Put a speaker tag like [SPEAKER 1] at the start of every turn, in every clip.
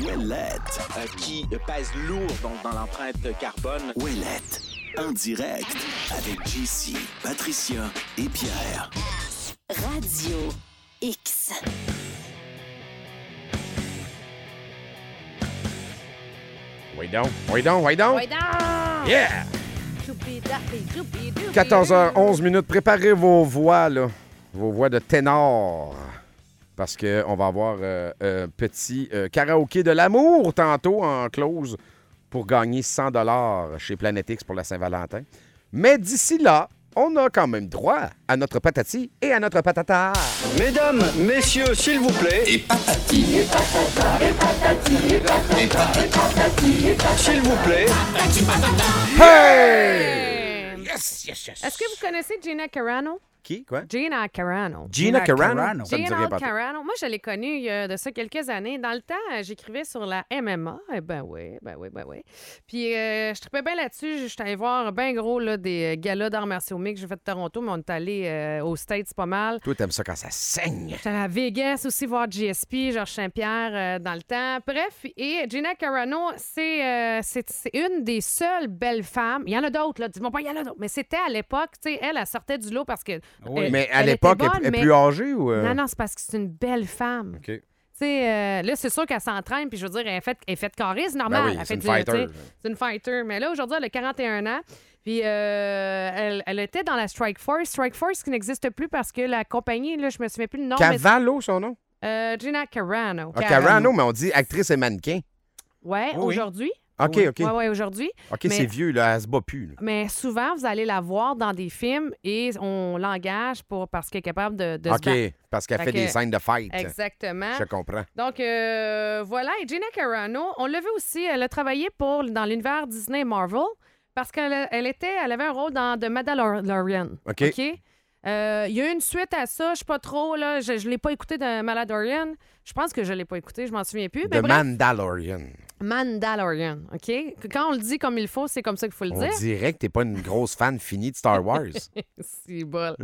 [SPEAKER 1] Ouellette.
[SPEAKER 2] euh, qui pèse lourd donc, dans l'empreinte carbone.
[SPEAKER 1] Ouellette. En direct avec JC, Patricia et Pierre.
[SPEAKER 3] Radio X.
[SPEAKER 4] Oui donc, oui donc, oui donc.
[SPEAKER 5] Ouais, donc!
[SPEAKER 4] Yeah!
[SPEAKER 5] Choupida et choupidou.
[SPEAKER 4] 14h11 minutes. Préparez vos voix, là. Vos voix de ténor. Parce qu'on va avoir euh, un petit euh, karaoké de l'amour tantôt en close pour gagner 100 chez Planète X pour la Saint-Valentin. Mais d'ici là, on a quand même droit à notre patati et à notre patata.
[SPEAKER 6] Mesdames, messieurs, s'il vous plaît. Et patati. Et patata. Et patati. Et patati. S'il vous plaît.
[SPEAKER 4] Hey!
[SPEAKER 5] Hey!
[SPEAKER 4] Yes, yes, yes.
[SPEAKER 5] Est-ce que vous connaissez Gina Carano?
[SPEAKER 4] Qui, quoi?
[SPEAKER 5] Gina Carano.
[SPEAKER 4] Gina Carano.
[SPEAKER 7] Carano.
[SPEAKER 4] Ça me dit
[SPEAKER 5] Gina
[SPEAKER 4] rien pas tout.
[SPEAKER 5] Carano. Moi, je l'ai connue il y a de ça quelques années. Dans le temps, euh, j'écrivais sur la MMA. Eh ben oui, ben oui, ben oui. Puis euh, je tripais bien là-dessus. Je suis allée voir bien gros là, des euh, galas d'arts martiaux mixtes que j'ai fait de Toronto, mais on est allé euh, aux States pas mal.
[SPEAKER 4] Toi, t'aimes ça quand ça saigne.
[SPEAKER 5] J'étais à Vegas aussi voir GSP, Georges Saint-Pierre euh, dans le temps. Bref, et Gina Carano, c'est euh, c'est c'est une des seules belles femmes. Il y en a d'autres, là. Dis-moi pas, il y en a d'autres. Mais c'était à l'époque, tu sais, elle, elle sortait du lot parce que.
[SPEAKER 7] Oui.
[SPEAKER 5] euh,
[SPEAKER 4] Mais à
[SPEAKER 5] elle était
[SPEAKER 4] l'époque, elle
[SPEAKER 5] bonne,
[SPEAKER 4] est
[SPEAKER 5] mais-
[SPEAKER 4] plus âgée ou... euh?
[SPEAKER 5] Non, non, c'est parce que c'est une belle femme.
[SPEAKER 4] OK.
[SPEAKER 5] Tu sais, euh, là, c'est sûr qu'elle s'entraîne, puis je veux dire, elle est faite, elle est faite carrée, c'est normal.
[SPEAKER 4] Ben oui,
[SPEAKER 5] Elle
[SPEAKER 4] c'est une
[SPEAKER 5] fait du- tu sais,
[SPEAKER 4] fighter.
[SPEAKER 5] C'est une fighter. Mais là, aujourd'hui, elle a 41 ans. Puis euh, elle, elle était dans la Strike Force. Strike Force qui n'existe plus parce que la compagnie, là, je me souviens plus du nom. mais-
[SPEAKER 4] Cavallo, son nom?
[SPEAKER 5] Euh, Gina Carano.
[SPEAKER 4] Ah,
[SPEAKER 7] Carano.
[SPEAKER 4] Carano, mais on dit actrice et mannequin.
[SPEAKER 5] Ouais,
[SPEAKER 7] Oui, oui.
[SPEAKER 5] aujourd'hui.
[SPEAKER 4] OK,
[SPEAKER 5] Ouais,
[SPEAKER 4] OK.
[SPEAKER 5] Ouais, ouais, aujourd'hui.
[SPEAKER 4] OK,
[SPEAKER 5] Mais-
[SPEAKER 4] c'est vieux, là. Elle se bat plus. là.
[SPEAKER 5] Mais souvent, vous allez la voir dans des films et on l'engage pour parce qu'elle est capable de, de se battre.
[SPEAKER 4] OK, parce qu'elle
[SPEAKER 5] Fait
[SPEAKER 4] fait des
[SPEAKER 5] que-
[SPEAKER 4] scènes de fight.
[SPEAKER 5] Exactement.
[SPEAKER 4] Je comprends.
[SPEAKER 5] Donc, euh, voilà. Et Gina Carano, on l'a vu aussi, elle a travaillé pour, dans l'univers Disney et Marvel parce qu'elle a- elle était, elle avait un rôle dans The Mandalorian.
[SPEAKER 4] OK.
[SPEAKER 5] Euh, Il y a eu une suite à ça, je sais pas trop, là, je ne l'ai pas écouté de Mandalorian. Je pense que je l'ai pas écouté, je m'en souviens plus.
[SPEAKER 4] The
[SPEAKER 5] mais bref,
[SPEAKER 4] Mandalorian.
[SPEAKER 5] Mandalorian, OK? Que- Quand on le dit comme il faut, c'est comme ça qu'il faut le
[SPEAKER 4] On
[SPEAKER 5] dire.
[SPEAKER 4] dirait que t'es pas une grosse fan finie de Star Wars.
[SPEAKER 5] C'est bol.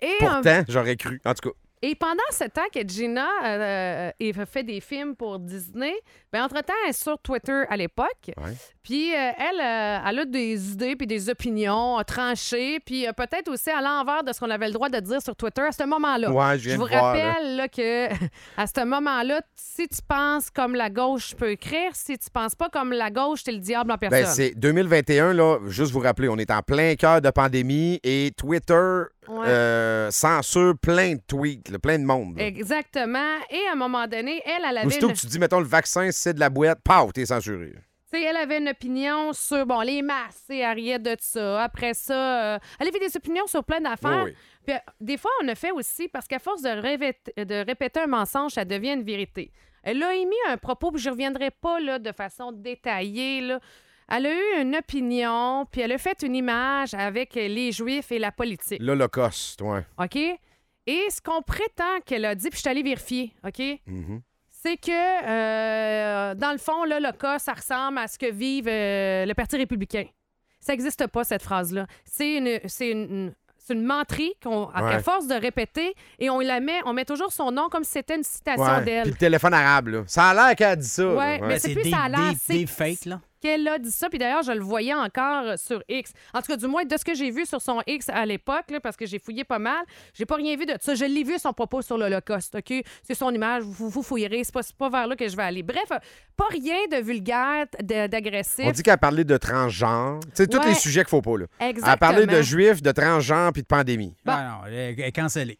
[SPEAKER 5] Et, en-
[SPEAKER 4] Pourtant, j'aurais cru. En tout cas,
[SPEAKER 5] et pendant ce temps que Gina euh, euh, fait des films pour Disney, ben entre-temps, elle est sur Twitter à l'époque.
[SPEAKER 4] Ouais.
[SPEAKER 5] Puis euh, elle, euh, elle a des idées puis des opinions euh, tranchées, puis euh, peut-être aussi à l'envers de ce qu'on avait le droit de dire sur Twitter à ce moment-là.
[SPEAKER 4] ouais, je
[SPEAKER 5] Je
[SPEAKER 4] viens
[SPEAKER 5] vous
[SPEAKER 4] de voir. là.
[SPEAKER 5] rappelle là, que à ce moment-là, si tu penses comme la gauche, tu peux écrire. Si tu penses pas comme la gauche, t'es le diable en personne.
[SPEAKER 4] Ben, c'est 2021, là, juste vous rappeler, on est en plein cœur de pandémie et Twitter
[SPEAKER 5] Ouais.
[SPEAKER 4] euh, censure plein de tweets, là, plein de monde. là.
[SPEAKER 5] Exactement. Et à un moment donné, elle, elle avait,
[SPEAKER 4] Aussitôt
[SPEAKER 5] une,
[SPEAKER 4] que tu dis, mettons, le vaccin, c'est de la boîte, paf, t'es censuré.
[SPEAKER 5] tu sais, elle avait une opinion sur bon, les masses et elle riait de ça. Après ça, euh, elle avait des opinions sur plein d'affaires.
[SPEAKER 4] Oui, oui.
[SPEAKER 5] Puis, euh, des fois, on a fait aussi, parce qu'à force de, révét- de répéter un mensonge, ça devient une vérité. Elle a émis un propos, puis je ne reviendrai pas là, de façon détaillée. là. Elle a eu une opinion, puis elle a fait une image avec les Juifs et la politique.
[SPEAKER 4] L'Holocauste, ouais.
[SPEAKER 5] OK? Et ce qu'on prétend qu'elle a dit, puis je suis allée vérifier, OK?
[SPEAKER 4] Mhm.
[SPEAKER 5] C'est que, euh, dans le fond, là, le cas, ça ressemble à ce que vive euh, le Parti républicain. Ça n'existe pas, cette phrase-là. C'est une, c'est une, c'est une menterie qu'on, à-
[SPEAKER 4] Ouais.
[SPEAKER 5] à force de répéter, et on la met, on met toujours son nom comme si c'était une citation
[SPEAKER 4] Ouais. Puis
[SPEAKER 5] d'elle.
[SPEAKER 4] le téléphone arabe, là. Ça a l'air qu'elle a dit ça. là.
[SPEAKER 5] Ouais, mais
[SPEAKER 7] Ben,
[SPEAKER 5] c'est
[SPEAKER 7] c'est
[SPEAKER 5] plus
[SPEAKER 7] des,
[SPEAKER 5] ça a l'air,
[SPEAKER 7] des-
[SPEAKER 5] c'est-
[SPEAKER 7] des fakes, là.
[SPEAKER 5] qu'elle a dit ça. Puis d'ailleurs, je le voyais encore euh, sur X. En tout cas, du moins, de ce que j'ai vu sur son X à l'époque, là, parce que j'ai fouillé pas mal, j'ai pas rien vu de ça. Je l'ai vu, son propos sur l'Holocauste, OK? C'est son image, vous, vous fouillerez, c'est pas, c'est pas vers là que je vais aller. Bref, euh, pas rien de vulgaire, de- d'agressif.
[SPEAKER 4] On dit qu'elle a parlé de transgenre. C'est tous
[SPEAKER 5] Ouais.
[SPEAKER 4] les sujets qu'il faut pas, là. Elle
[SPEAKER 5] Exactement.
[SPEAKER 4] a parlé de juifs, de transgenre puis de pandémie.
[SPEAKER 5] Bon.
[SPEAKER 7] Ah non, elle est cancellée.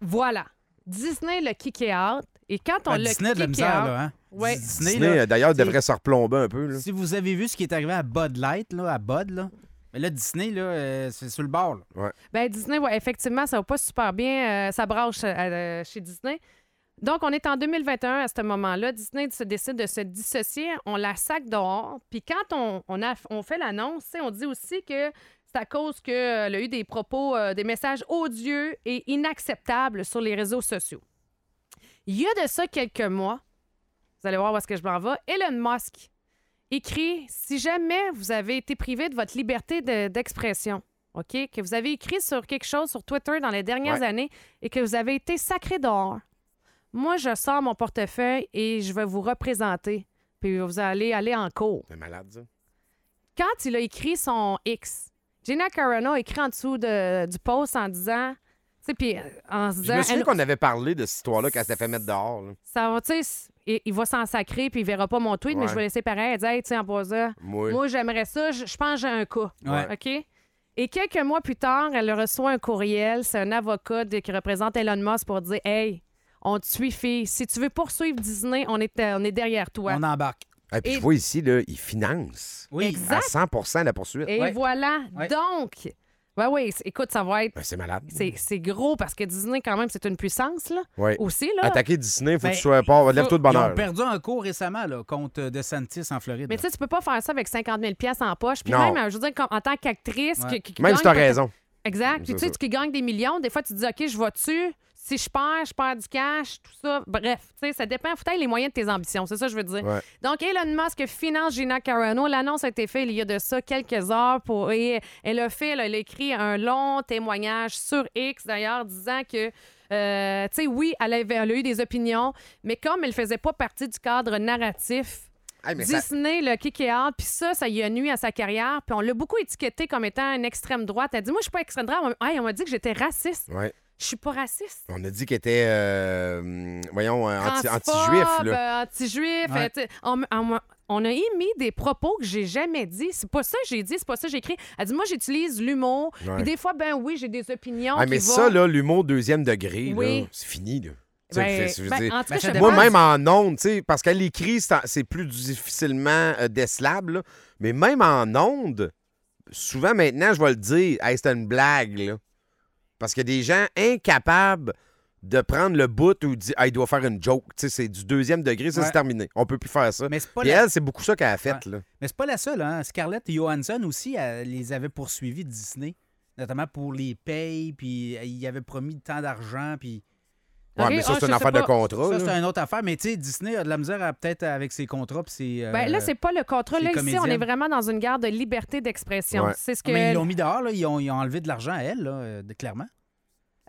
[SPEAKER 5] Voilà. Disney le kick out. Et quand on
[SPEAKER 7] Ah,
[SPEAKER 5] le
[SPEAKER 7] Disney de la
[SPEAKER 5] kick
[SPEAKER 7] misère,
[SPEAKER 5] out-
[SPEAKER 7] là. Hein?
[SPEAKER 5] Ouais.
[SPEAKER 7] Disney,
[SPEAKER 4] Disney,
[SPEAKER 7] là,
[SPEAKER 4] euh, d'ailleurs,
[SPEAKER 7] c'est-
[SPEAKER 4] devrait se replomber un peu, là.
[SPEAKER 7] Si vous avez vu ce qui est arrivé à Bud Light, là, à Bud, là, mais là, Disney, là, euh, c'est sur le bord. là.
[SPEAKER 5] Ben Disney, ouais, effectivement, ça va pas super bien. euh, ça branche chez Disney. Donc, on est en 2021 à ce moment-là. Disney se décide de se dissocier. On la sac dehors. Puis quand on, on, a- on fait l'annonce, tu sais, on dit aussi que c'est à cause qu'elle a eu des propos, euh, des messages odieux et inacceptables sur les réseaux sociaux. Il y a de ça quelques mois, vous allez voir où est-ce que je m'en vais, Elon Musk écrit « Si jamais vous avez été privé de votre liberté de- d'expression, OK, que vous avez écrit sur quelque chose sur Twitter dans les dernières
[SPEAKER 4] Ouais.
[SPEAKER 5] années et que vous avez été sacré dehors. Moi, je sors mon portefeuille et je vais vous représenter. Puis vous allez aller en cours.
[SPEAKER 4] C'est malade, ça.
[SPEAKER 5] Quand il a écrit son X, Gina Carano a écrit en dessous de- du post en disant. Tu sais, puis euh, en se
[SPEAKER 4] Je me
[SPEAKER 5] disant.
[SPEAKER 4] souviens
[SPEAKER 5] elle-
[SPEAKER 4] qu'on avait parlé de cette histoire-là quand elle s'était fait mettre dehors. là.
[SPEAKER 5] ça va, tu sais, s- il, il va s'en sacrer, puis il verra pas mon tweet, mais
[SPEAKER 4] Ouais.
[SPEAKER 5] je vais laisser pareil. Elle dit, hey, tu sais, en posant,
[SPEAKER 4] Moi.
[SPEAKER 5] moi, j'aimerais ça, je, je pense que j'ai un cas.
[SPEAKER 7] Ouais.
[SPEAKER 5] OK? Et quelques mois plus tard, elle reçoit un courriel. C'est un avocat de- qui représente Elon Musk pour dire Hey, on te suit, fille. Si tu veux poursuivre Disney, on est, euh, on est derrière toi.
[SPEAKER 7] On embarque.
[SPEAKER 4] Et puis
[SPEAKER 5] Et-
[SPEAKER 4] je vois ici, là, il finance
[SPEAKER 7] Oui.
[SPEAKER 5] Exact.
[SPEAKER 4] à 100 la poursuite.
[SPEAKER 5] Et
[SPEAKER 7] Ouais.
[SPEAKER 5] voilà.
[SPEAKER 7] Ouais.
[SPEAKER 5] Donc, ben oui, c- écoute, ça va être.
[SPEAKER 4] Ben, c'est malade.
[SPEAKER 5] C'est c'est gros parce que Disney, quand même, c'est une puissance, là.
[SPEAKER 4] Ouais.
[SPEAKER 5] Aussi, là.
[SPEAKER 4] Attaquer Disney, il faut
[SPEAKER 7] Ben,
[SPEAKER 4] que tu sois pas.
[SPEAKER 7] Ça,
[SPEAKER 4] Lève-toi de bonne
[SPEAKER 7] Ils
[SPEAKER 4] heure.
[SPEAKER 7] ont perdu un coup récemment là, contre DeSantis en Floride.
[SPEAKER 5] Mais tu sais, tu peux pas faire ça avec 50 000 en poche. Puis
[SPEAKER 4] Non.
[SPEAKER 5] même, euh, je veux dire, comme- en tant qu'actrice,
[SPEAKER 7] Ouais.
[SPEAKER 5] qui, qui
[SPEAKER 4] Même si
[SPEAKER 5] gagne
[SPEAKER 4] t'as
[SPEAKER 5] peut-être-
[SPEAKER 4] raison.
[SPEAKER 5] Exact. Puis
[SPEAKER 4] C'est
[SPEAKER 5] tu sais,
[SPEAKER 4] ça.
[SPEAKER 5] qui gagne des millions, des fois, tu te dis, OK, je vois-tu? Si je perds, je perds du cash, tout ça. Bref, tu sais, ça dépend. Faut être les moyens de tes ambitions. C'est ça que je veux dire.
[SPEAKER 4] Ouais.
[SPEAKER 5] Donc, Elon Musk finance Gina Carano. L'annonce a été faite il y a de ça quelques heures. Pour... Et elle a fait, là, elle a écrit un long témoignage sur X, d'ailleurs, disant que, euh, tu sais, oui, elle, avait, elle a eu des opinions, mais comme elle faisait pas partie du cadre narratif
[SPEAKER 4] Hey, mais ça-
[SPEAKER 5] Disney, le kick et out, puis ça, ça y a nuit à sa carrière. Puis on l'a beaucoup étiqueté comme étant une extrême droite. Elle dit Moi, je suis pas extrême droite. On- hey, on m'a dit que j'étais raciste.
[SPEAKER 4] Ouais.
[SPEAKER 5] Je suis pas raciste.
[SPEAKER 4] On a dit qu'il était, euh, hum, voyons, euh, anti-
[SPEAKER 5] Transphobe,
[SPEAKER 4] anti-juif. là.
[SPEAKER 5] euh, anti-juif.
[SPEAKER 7] Ouais.
[SPEAKER 5] euh, tu sais, on, on- on a émis des propos que j'ai jamais dit. C'est pas ça que j'ai dit, c'est pas ça que j'ai écrit. Elle dit Moi, j'utilise l'humour.
[SPEAKER 4] Ouais.
[SPEAKER 5] Puis des fois, ben oui, j'ai des opinions.
[SPEAKER 4] Ah,
[SPEAKER 5] qui
[SPEAKER 4] mais
[SPEAKER 5] vont-
[SPEAKER 4] ça, là, l'humour deuxième degré, là,
[SPEAKER 5] Oui.
[SPEAKER 4] c'est fini. Là. Tu sais,
[SPEAKER 5] Ben,
[SPEAKER 4] je veux
[SPEAKER 5] ben,
[SPEAKER 4] dire,
[SPEAKER 5] en tout cas,
[SPEAKER 7] Ben,
[SPEAKER 5] je
[SPEAKER 7] ça
[SPEAKER 5] te
[SPEAKER 7] dépend.
[SPEAKER 5] demande-
[SPEAKER 4] Moi-même en ondes, tu sais, parce qu'elle écrit, c'est en- c'est plus difficilement euh, décelable, là. mais même en ondes, souvent maintenant, je vais le dire, hey, c'est une blague. là. Parce qu'il y a des gens incapables de prendre le bout ou de dire, Ah, il doit faire une joke. Tu sais, c'est du deuxième degré, ça,
[SPEAKER 7] Ouais.
[SPEAKER 4] c'est terminé. On peut plus faire ça.
[SPEAKER 7] Mais c'est pas
[SPEAKER 4] Et
[SPEAKER 7] la-
[SPEAKER 4] elle, c'est beaucoup ça qu'elle a fait. Là.
[SPEAKER 7] Mais c'est pas la seule, hein? Scarlett Johansson aussi, elle les avait poursuivis de Disney, notamment pour les payes, puis euh, ils avaient promis tant d'argent, puis
[SPEAKER 4] Ouais,
[SPEAKER 5] Ok,
[SPEAKER 4] mais ça,
[SPEAKER 5] ah,
[SPEAKER 4] c'est une
[SPEAKER 5] je sais
[SPEAKER 4] affaire de
[SPEAKER 5] pas.
[SPEAKER 4] contrat.
[SPEAKER 7] ça,
[SPEAKER 4] là.
[SPEAKER 7] c'est une autre affaire. Mais tu sais, Disney a de la misère à- peut-être avec ses contrats, puis ses... euh,
[SPEAKER 5] Ben, là, c'est pas le contrat.
[SPEAKER 7] c'est
[SPEAKER 5] Là, ici,
[SPEAKER 7] comédienne.
[SPEAKER 5] on est vraiment dans une guerre de liberté d'expression.
[SPEAKER 4] Ouais.
[SPEAKER 5] C'est ce que.
[SPEAKER 7] Ah, Mais ils l'ont mis dehors, là. Ils ont, ils ont enlevé de l'argent à elle, là, euh, de- clairement.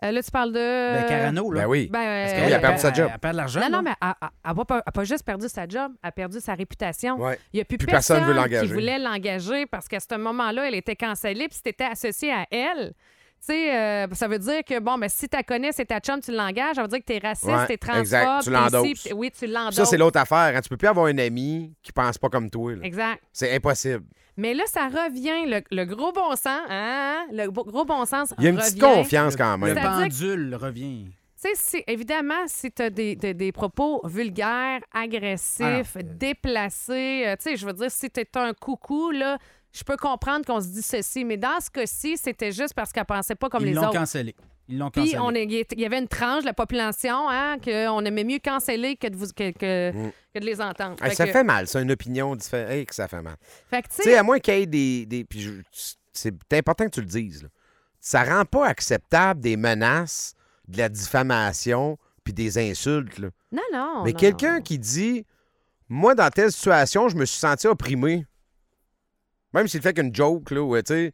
[SPEAKER 5] Euh, là, tu parles de.
[SPEAKER 7] Ben, Carano, là.
[SPEAKER 4] Ben oui.
[SPEAKER 5] Ben,
[SPEAKER 4] Parce que
[SPEAKER 5] euh,
[SPEAKER 4] oui, elle
[SPEAKER 5] euh,
[SPEAKER 4] perd sa job.
[SPEAKER 7] Elle, perd de l'argent.
[SPEAKER 5] Non,
[SPEAKER 7] là.
[SPEAKER 5] non, mais elle n'a pas, elle a pas juste perdu sa job, elle a perdu sa réputation.
[SPEAKER 4] Ouais.
[SPEAKER 5] Il n'y a plus,
[SPEAKER 4] Plus personne
[SPEAKER 5] personne,
[SPEAKER 4] veut l'engager.
[SPEAKER 5] qui voulait l'engager parce qu'à ce moment-là, elle était cancellée puis c'était associé à elle. Tu sais, euh, ça veut dire que, bon, ben, si tu la connais, c'est ta chum, tu l'engages, ça veut dire que tu es raciste,
[SPEAKER 4] Ouais,
[SPEAKER 5] t'es tu es
[SPEAKER 4] exact.
[SPEAKER 5] transphobe.
[SPEAKER 4] Tu
[SPEAKER 5] t'es ici,
[SPEAKER 4] l'endosses.
[SPEAKER 5] puis- oui, tu l'endosses.
[SPEAKER 4] Ça, c'est l'autre affaire. hein. Tu peux plus avoir un ami qui pense pas comme toi. là.
[SPEAKER 5] Exact.
[SPEAKER 4] C'est impossible.
[SPEAKER 5] Mais là, ça revient, le, le gros bon sens, hein, le bo- gros bon sens
[SPEAKER 4] Il y a une
[SPEAKER 5] revient.
[SPEAKER 4] petite confiance quand
[SPEAKER 7] Le
[SPEAKER 4] même.
[SPEAKER 5] Ça- C'est-à-dire
[SPEAKER 7] pendule revient.
[SPEAKER 5] Tu sais, si- évidemment, si tu as des, des- des propos vulgaires, agressifs,
[SPEAKER 4] Ah
[SPEAKER 5] déplacés, euh, tu sais, je veux dire, si tu un coucou, là, je peux comprendre qu'on se dit ceci, mais dans ce cas-ci, c'était juste parce qu'elle pensait pas comme
[SPEAKER 7] Ils
[SPEAKER 5] les
[SPEAKER 7] l'ont
[SPEAKER 5] autres.
[SPEAKER 7] cancellé. Ils l'ont
[SPEAKER 5] Puis
[SPEAKER 7] cancellé.
[SPEAKER 5] on est- il y- il y avait une tranche de la population hein, qu'on aimait mieux canceller que de, vous, que, que- que de les entendre.
[SPEAKER 4] Mm. Hey,
[SPEAKER 5] Fait
[SPEAKER 4] ça
[SPEAKER 5] que-
[SPEAKER 4] fait mal, c'est une opinion différente. Hey, que ça fait mal.
[SPEAKER 5] fait que, tu
[SPEAKER 4] Tu
[SPEAKER 5] sais,
[SPEAKER 4] sais, à moins qu'il y ait des. des puis je- c'est important que tu le dises. Là. Ça rend pas acceptable des menaces, de la diffamation, puis des insultes. là.
[SPEAKER 5] non, Oh, non.
[SPEAKER 4] Mais
[SPEAKER 5] non,
[SPEAKER 4] quelqu'un
[SPEAKER 5] non.
[SPEAKER 4] qui dit Moi, dans telle situation, je me suis senti opprimé. Même s'il fait qu'une joke, là, ouais, tu sais.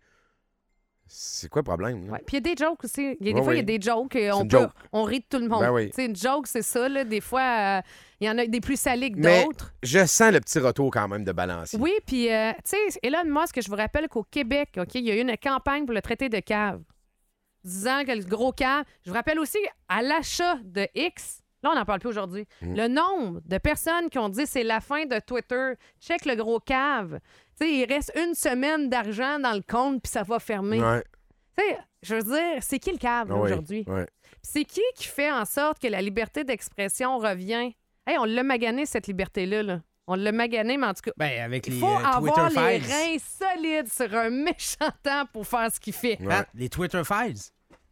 [SPEAKER 4] C'est quoi le problème? là?
[SPEAKER 5] Ouais. Puis il y a des jokes aussi. Il y a- des
[SPEAKER 4] Ouais,
[SPEAKER 5] fois, il y a
[SPEAKER 4] oui.
[SPEAKER 5] des jokes. euh,
[SPEAKER 4] C'est
[SPEAKER 5] On,
[SPEAKER 4] une
[SPEAKER 5] peut-
[SPEAKER 4] joke.
[SPEAKER 5] on rit de tout le monde.
[SPEAKER 4] Ben oui.
[SPEAKER 5] Tu sais, Une joke, c'est ça. Là, des fois, euh, il y en a des plus salés que
[SPEAKER 4] Mais-
[SPEAKER 5] d'autres.
[SPEAKER 4] Je sens le petit retour quand même de balancier.
[SPEAKER 5] Oui, puis, euh, tu sais, Elon Musk, je vous rappelle qu'au Québec, OK, il y a eu une campagne pour le traité de cave, disant que le gros cave. Je vous rappelle aussi, à l'achat de X, là, on n'en parle plus aujourd'hui,
[SPEAKER 4] Mm.
[SPEAKER 5] le nombre de personnes qui ont dit c'est la fin de Twitter, check le gros cave. Tu sais, il reste une semaine d'argent dans le compte, puis ça va fermer.
[SPEAKER 4] Ouais,
[SPEAKER 5] Tu sais, je veux dire, c'est qui le cave là,
[SPEAKER 4] ouais,
[SPEAKER 5] aujourd'hui?
[SPEAKER 4] ouais.
[SPEAKER 5] C'est qui qui fait en sorte que la liberté d'expression revient? Hey, on l'a magané, cette liberté-là. Là. On l'a magané, mais en tout cas,
[SPEAKER 7] Ben, avec
[SPEAKER 5] il
[SPEAKER 7] les
[SPEAKER 5] faut
[SPEAKER 7] euh,
[SPEAKER 5] avoir
[SPEAKER 7] Twitter
[SPEAKER 5] les
[SPEAKER 7] Files.
[SPEAKER 5] reins solides sur un méchant temps pour faire ce qu'il fait.
[SPEAKER 4] Ouais.
[SPEAKER 7] Pat, les Twitter Files.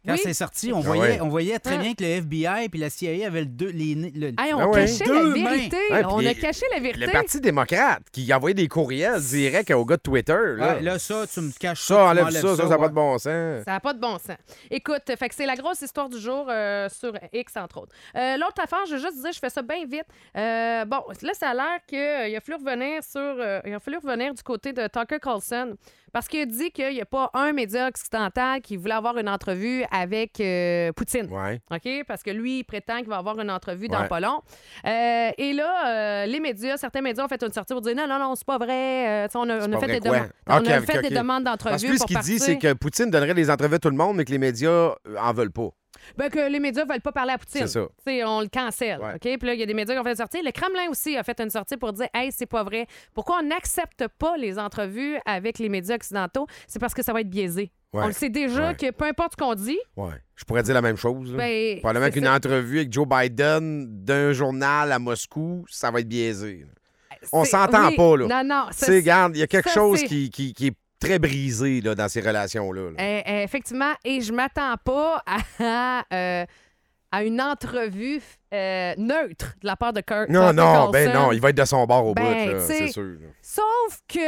[SPEAKER 7] Quand
[SPEAKER 5] Oui.
[SPEAKER 7] c'est sorti, on
[SPEAKER 4] Ah
[SPEAKER 7] voyait,
[SPEAKER 4] ouais.
[SPEAKER 7] on voyait très
[SPEAKER 5] Ah.
[SPEAKER 7] bien que le FBI et la CIA avaient le deux, les, le-
[SPEAKER 5] Hey, on
[SPEAKER 4] Ah ouais.
[SPEAKER 5] cachait
[SPEAKER 7] Deux
[SPEAKER 5] la vérité.
[SPEAKER 4] mains. Ouais, puis
[SPEAKER 5] on
[SPEAKER 4] les-
[SPEAKER 5] a caché la vérité.
[SPEAKER 4] Le Parti démocrate qui envoyait des courriels directs au gars de Twitter. Là,
[SPEAKER 7] Ouais, là, ça, tu me caches
[SPEAKER 4] ça,
[SPEAKER 7] tu
[SPEAKER 4] enlève
[SPEAKER 7] m'enlèves
[SPEAKER 4] ça, ça, ça n'a
[SPEAKER 7] ouais.
[SPEAKER 4] pas de bon sens.
[SPEAKER 5] Ça n'a pas de bon sens. Écoute, fait que c'est la grosse histoire du jour euh, sur X, entre autres. Euh, L'autre affaire, je veux juste dire, je fais ça bien vite. Euh, bon, euh, là, ça a l'air qu'il a fallu revenir sur. euh, il a fallu revenir du côté de Tucker Carlson. Parce qu'il a dit qu'il n'y a pas un média occidental qui voulait avoir une entrevue avec euh, Poutine.
[SPEAKER 4] Ouais.
[SPEAKER 5] OK? Parce que lui, il prétend qu'il va avoir une entrevue dans
[SPEAKER 4] Ouais.
[SPEAKER 5] pas long. Euh, et là, euh, les médias, certains médias ont fait une sortie pour dire non, non, non, c'est pas vrai. Euh, tu sais, on a, on
[SPEAKER 4] pas
[SPEAKER 5] a fait,
[SPEAKER 4] vrai
[SPEAKER 5] des,
[SPEAKER 4] quoi?
[SPEAKER 5] demandes- on a
[SPEAKER 4] OK,
[SPEAKER 5] fait
[SPEAKER 4] OK,
[SPEAKER 5] des
[SPEAKER 4] OK.
[SPEAKER 5] demandes
[SPEAKER 4] Parce que
[SPEAKER 5] d'entrevue
[SPEAKER 4] lui, ce
[SPEAKER 5] pour
[SPEAKER 4] qu'il dit,
[SPEAKER 5] partir.
[SPEAKER 4] c'est que Poutine donnerait des entrevues à tout le monde, mais que les médias euh, en veulent pas.
[SPEAKER 5] Ben, que les médias veulent pas parler à Poutine.
[SPEAKER 4] C'est ça.
[SPEAKER 5] Tu sais, on le cancelle.
[SPEAKER 4] Ouais.
[SPEAKER 5] OK? Puis là, il y a des médias qui ont fait une sortie. Le Kremlin aussi a fait une sortie pour dire Hey, c'est pas vrai. Pourquoi on n'accepte pas les entrevues avec les médias occidentaux? C'est parce que ça va être biaisé.
[SPEAKER 4] Ouais.
[SPEAKER 5] On le sait déjà
[SPEAKER 4] Ouais.
[SPEAKER 5] que peu importe ce qu'on dit,
[SPEAKER 4] Ouais. Je pourrais dire la même chose. là.
[SPEAKER 5] ben,
[SPEAKER 4] Probablement
[SPEAKER 5] c'est
[SPEAKER 4] qu'une
[SPEAKER 5] ça.
[SPEAKER 4] entrevue avec Joe Biden d'un journal à Moscou, ça va être biaisé. On
[SPEAKER 5] C'est-
[SPEAKER 4] s'entend
[SPEAKER 5] oui.
[SPEAKER 4] pas, là.
[SPEAKER 5] Non, non.
[SPEAKER 4] Tu
[SPEAKER 5] ça,
[SPEAKER 4] sais, regarde, il y a quelque
[SPEAKER 5] ça,
[SPEAKER 4] chose
[SPEAKER 5] c'est-
[SPEAKER 4] qui, qui- qui est très brisé là, dans ces relations-là. là.
[SPEAKER 5] Euh, euh, effectivement, et je m'attends pas à, euh, à une entrevue euh, neutre de la part de Kirk.
[SPEAKER 4] Non,
[SPEAKER 5] Kirk
[SPEAKER 4] non, ben
[SPEAKER 5] Carlson.
[SPEAKER 4] non, il va être de son bord au
[SPEAKER 5] Ben,
[SPEAKER 4] bout, là,
[SPEAKER 5] tu sais,
[SPEAKER 4] c'est sûr. là.
[SPEAKER 5] Sauf que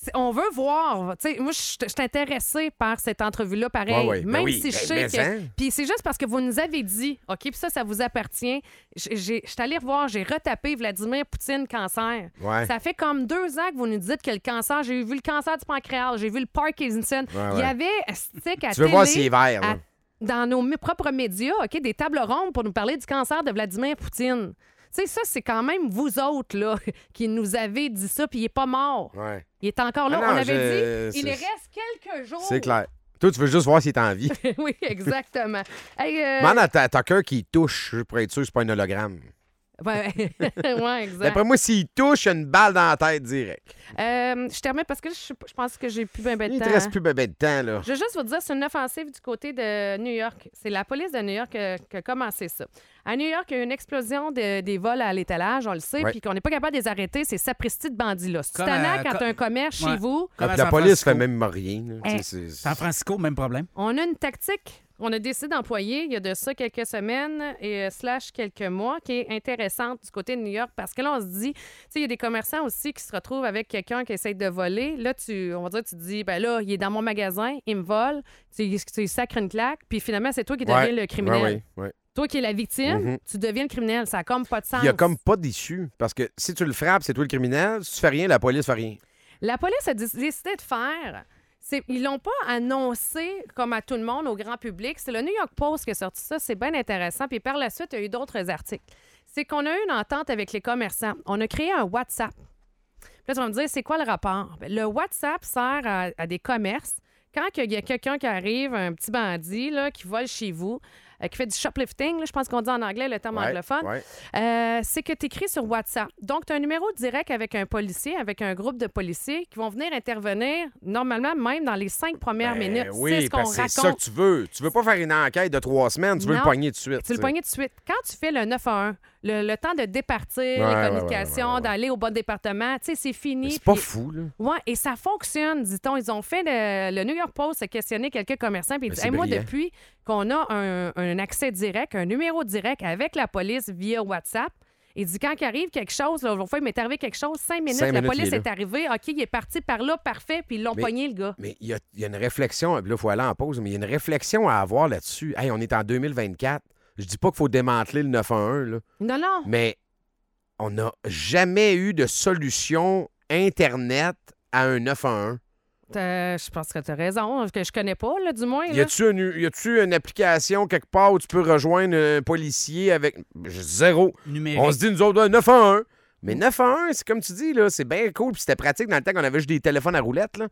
[SPEAKER 5] c'est- on veut voir. Tu sais, moi, je suis je suis intéressée par cette entrevue-là, pareil.
[SPEAKER 4] Ouais, ouais, ben
[SPEAKER 5] même
[SPEAKER 4] oui,
[SPEAKER 5] si je
[SPEAKER 4] ben,
[SPEAKER 5] sais
[SPEAKER 4] mais
[SPEAKER 5] que.
[SPEAKER 4] hein.
[SPEAKER 5] Puis c'est juste parce que vous nous avez dit, OK, puis ça, ça vous appartient. J- j'ai- Je suis allée revoir, j'ai retapé Vladimir Poutine cancer.
[SPEAKER 4] Ouais.
[SPEAKER 5] Ça fait comme deux ans que vous nous dites que le cancer, j'ai vu le cancer du pancréas, j'ai vu le Parkinson.
[SPEAKER 4] Ouais,
[SPEAKER 5] Il y
[SPEAKER 4] ouais.
[SPEAKER 5] avait, stick à
[SPEAKER 4] Tu veux voir
[SPEAKER 5] télé,
[SPEAKER 4] s'il est vert,
[SPEAKER 5] à-
[SPEAKER 4] là.
[SPEAKER 5] dans nos mé- propres médias, OK, des tables rondes pour nous parler du cancer de Vladimir Poutine. Tu sais, ça, c'est quand même vous autres, là, qui nous avez dit ça, puis il n'est pas mort.
[SPEAKER 4] Ouais.
[SPEAKER 5] Il est encore là.
[SPEAKER 4] Ah non,
[SPEAKER 5] On avait
[SPEAKER 4] je-
[SPEAKER 5] dit, il
[SPEAKER 4] c'est-
[SPEAKER 5] reste quelques jours.
[SPEAKER 4] C'est clair. Toi, tu veux juste voir s'il est en vie.
[SPEAKER 5] oui, exactement. Hey, euh,
[SPEAKER 4] Demande à ta- Tucker qu'il touche pour être sûr que c'est pas un hologramme.
[SPEAKER 5] ouais, ouais, exact.
[SPEAKER 4] D'après moi, s'il touche, il a une balle dans la tête direct.
[SPEAKER 5] Euh, je termine parce que je, suis- je pense que j'ai plus bien ben de
[SPEAKER 4] Il te
[SPEAKER 5] temps,
[SPEAKER 4] reste
[SPEAKER 5] hein.
[SPEAKER 4] plus bébé de temps, là.
[SPEAKER 5] Je veux juste vous dire, c'est une offensive du côté de New York. C'est la police de New York euh, qui a commencé ça. À New York, il y a eu une explosion de- des vols à l'étalage, on le sait,
[SPEAKER 4] Ouais.
[SPEAKER 5] puis qu'on n'est pas capable de les arrêter. C'est sapristi de bandits-là. C'est
[SPEAKER 7] Comme
[SPEAKER 5] tannant
[SPEAKER 7] à-
[SPEAKER 5] quand
[SPEAKER 7] co-
[SPEAKER 5] t'as un commerce
[SPEAKER 7] Ouais.
[SPEAKER 5] chez vous.
[SPEAKER 4] Ah, puis
[SPEAKER 7] Comme à
[SPEAKER 4] la
[SPEAKER 7] San
[SPEAKER 4] police
[SPEAKER 7] Francisco.
[SPEAKER 4] fait même rien. là.
[SPEAKER 5] Hey.
[SPEAKER 4] Tu sais, c'est-
[SPEAKER 7] San Francisco, même problème.
[SPEAKER 5] On a une tactique qu'on a décidé d'employer il y a de ça quelques semaines et euh, slash quelques mois qui est intéressante du côté de New York parce que là, on se dit, tu sais, il y a des commerçants aussi qui se retrouvent avec quelqu'un qui essaie de voler. Là, tu, on va dire, tu te dis, ben là, il est dans mon magasin, il me vole, tu, tu lui sacres une claque, puis finalement, c'est toi qui
[SPEAKER 4] Ouais.
[SPEAKER 5] deviens le criminel.
[SPEAKER 4] Ouais, ouais, ouais.
[SPEAKER 5] Toi qui es la victime,
[SPEAKER 4] Mhm.
[SPEAKER 5] tu deviens le criminel. Ça a comme pas de sens.
[SPEAKER 4] Il y a comme pas d'issue. Parce que si tu le frappes, c'est toi le criminel. Si tu fais rien, la police fait rien.
[SPEAKER 5] La police a dé- décidé de faire. c'est- Ils l'ont pas annoncé comme à tout le monde, au grand public. C'est le New York Post qui a sorti ça. C'est bien intéressant. Puis par la suite, il y a eu d'autres articles. C'est qu'on a eu une entente avec les commerçants. On a créé un WhatsApp. Puis là, tu vas me dire, c'est quoi le rapport? Ben, le WhatsApp sert à, à des commerces. Quand il y a quelqu'un qui arrive, un petit bandit là, qui vole chez vous, euh, qui fait du shoplifting, là, je pense qu'on dit en anglais le terme
[SPEAKER 4] Ouais,
[SPEAKER 5] anglophone,
[SPEAKER 4] ouais.
[SPEAKER 5] euh, c'est que tu écris sur WhatsApp. Donc, tu as un numéro direct avec un policier, avec un groupe de policiers qui vont venir intervenir normalement même dans les cinq premières
[SPEAKER 4] Ben
[SPEAKER 5] minutes. c'est
[SPEAKER 4] oui,
[SPEAKER 5] ce qu'on
[SPEAKER 4] parce que c'est ça que
[SPEAKER 5] raconte.
[SPEAKER 4] tu veux. Tu veux pas faire une enquête de trois semaines, tu veux
[SPEAKER 5] Non.
[SPEAKER 4] le pogner tout de suite.
[SPEAKER 5] Tu le
[SPEAKER 4] sais.
[SPEAKER 5] poignet de suite. Quand tu fais le 9 à 1, le, le temps de départir,
[SPEAKER 4] ouais,
[SPEAKER 5] les
[SPEAKER 4] ouais,
[SPEAKER 5] communications,
[SPEAKER 4] ouais, ouais, ouais.
[SPEAKER 5] d'aller au bon département, tu sais, c'est
[SPEAKER 4] Mais
[SPEAKER 5] fini.
[SPEAKER 4] C'est pas
[SPEAKER 5] Puis-
[SPEAKER 4] fou, là.
[SPEAKER 5] Ouais, et ça fonctionne, dit-on. Ils ont fait le, le New York Post a questionné quelques commerçants puis ils
[SPEAKER 4] Mais
[SPEAKER 5] disent
[SPEAKER 4] Ben, c'est
[SPEAKER 5] Hey, moi
[SPEAKER 4] brillant.
[SPEAKER 5] depuis qu'on a un, un accès direct, un numéro direct avec la police via WhatsApp. Il dit quand il arrive quelque chose, là, l'autre fois, il m'est arrivé quelque chose, cinq minutes,
[SPEAKER 4] Cinq
[SPEAKER 5] la
[SPEAKER 4] minutes,
[SPEAKER 5] police
[SPEAKER 4] il est
[SPEAKER 5] est, arrivée, OK, il est parti par là, parfait, puis ils l'ont
[SPEAKER 4] Mais-
[SPEAKER 5] pogné, le gars.
[SPEAKER 4] Mais il y, a- il y a une réflexion, puis là, il faut aller en pause, mais il y a une réflexion à avoir là-dessus. Hey, on est en 2024. Je dis pas qu'il faut démanteler le 911, là,
[SPEAKER 5] Non, non.
[SPEAKER 4] mais on n'a jamais eu de solution Internet à un 911.
[SPEAKER 5] Euh, je pense que tu as raison, que je connais pas, là, du moins.
[SPEAKER 4] Y
[SPEAKER 5] là.
[SPEAKER 4] a-tu une, y a-tu une application quelque part où tu peux rejoindre un policier avec zéro?
[SPEAKER 7] Numérique.
[SPEAKER 4] On se dit, nous autres, un 9 à 1. Mais 9 à 1, c'est comme tu dis, là, c'est bien cool, puis c'était pratique dans le temps qu'on avait juste des téléphones à roulettes, là.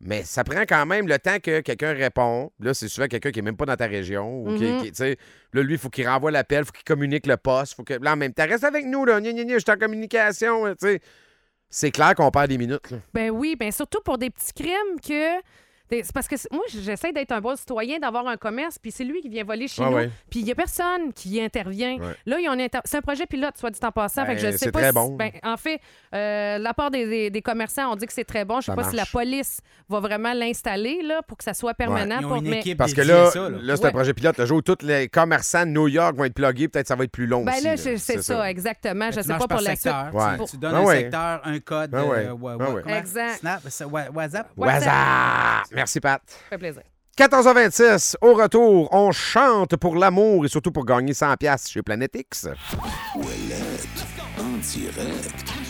[SPEAKER 4] Mais ça prend quand même le temps que quelqu'un répond. Là, c'est souvent quelqu'un qui est même pas dans ta région. Ou qui-
[SPEAKER 5] Mhm.
[SPEAKER 4] qui- tu sais, là, lui, il faut qu'il renvoie l'appel, il faut qu'il communique le poste. Faut que, là, en même temps, reste avec nous, là, gna, gna, gna, je suis en communication. hein, tu sais. C'est clair qu'on perd des minutes. là.
[SPEAKER 5] Ben oui, ben surtout pour des petits crimes que. des- C'est parce que c'est- moi, j'essaie d'être un bon citoyen, d'avoir un commerce, puis c'est lui qui vient voler chez
[SPEAKER 4] Ah
[SPEAKER 5] nous.
[SPEAKER 4] ouais.
[SPEAKER 5] Puis il n'y a personne qui intervient.
[SPEAKER 4] Ouais.
[SPEAKER 5] Là, ils ont inter- c'est un projet pilote, soit dit en passant. fait que
[SPEAKER 4] Ben,
[SPEAKER 5] je sais
[SPEAKER 4] c'est
[SPEAKER 5] pas
[SPEAKER 4] très
[SPEAKER 5] si-
[SPEAKER 4] bon.
[SPEAKER 5] ben, en fait, euh, la part des, des- des commerçants, on dit que c'est très bon. Je sais
[SPEAKER 4] Ça
[SPEAKER 5] pas si la
[SPEAKER 4] marche.
[SPEAKER 5] police va vraiment l'installer là, pour que ça soit permanent.
[SPEAKER 7] Ils ont
[SPEAKER 5] pour-
[SPEAKER 7] une
[SPEAKER 5] mais-
[SPEAKER 7] équipe
[SPEAKER 4] Parce que
[SPEAKER 7] dédiée à
[SPEAKER 4] là,
[SPEAKER 7] ça, là.
[SPEAKER 4] là, c'est un
[SPEAKER 5] Ouais.
[SPEAKER 4] projet pilote. Le jour où tous les commerçants de New York vont être plugués, peut-être ça va être plus long.
[SPEAKER 5] Ben
[SPEAKER 4] aussi,
[SPEAKER 5] là,
[SPEAKER 4] là.
[SPEAKER 5] c'est c'est ça, exactement.
[SPEAKER 7] Ben,
[SPEAKER 5] je
[SPEAKER 7] tu
[SPEAKER 5] sais
[SPEAKER 7] marches
[SPEAKER 5] pas
[SPEAKER 7] par
[SPEAKER 5] pour la suite.
[SPEAKER 7] secteur, tu-
[SPEAKER 4] Ouais.
[SPEAKER 7] Tu, donnes
[SPEAKER 4] Ah
[SPEAKER 7] un
[SPEAKER 4] ouais.
[SPEAKER 7] secteur, un code.
[SPEAKER 4] Ah ouais.
[SPEAKER 7] euh, wa-
[SPEAKER 4] Ah
[SPEAKER 7] wa-
[SPEAKER 4] ouais.
[SPEAKER 7] comment?
[SPEAKER 5] Exact.
[SPEAKER 7] Snap, ça- wa- WhatsApp.
[SPEAKER 5] WhatsApp.
[SPEAKER 4] Waza! Merci, Pat.
[SPEAKER 5] Ça fait plaisir.
[SPEAKER 4] 14h26, au retour, on chante pour l'amour et surtout pour gagner 100$ piastres chez Planète X.
[SPEAKER 1] En direct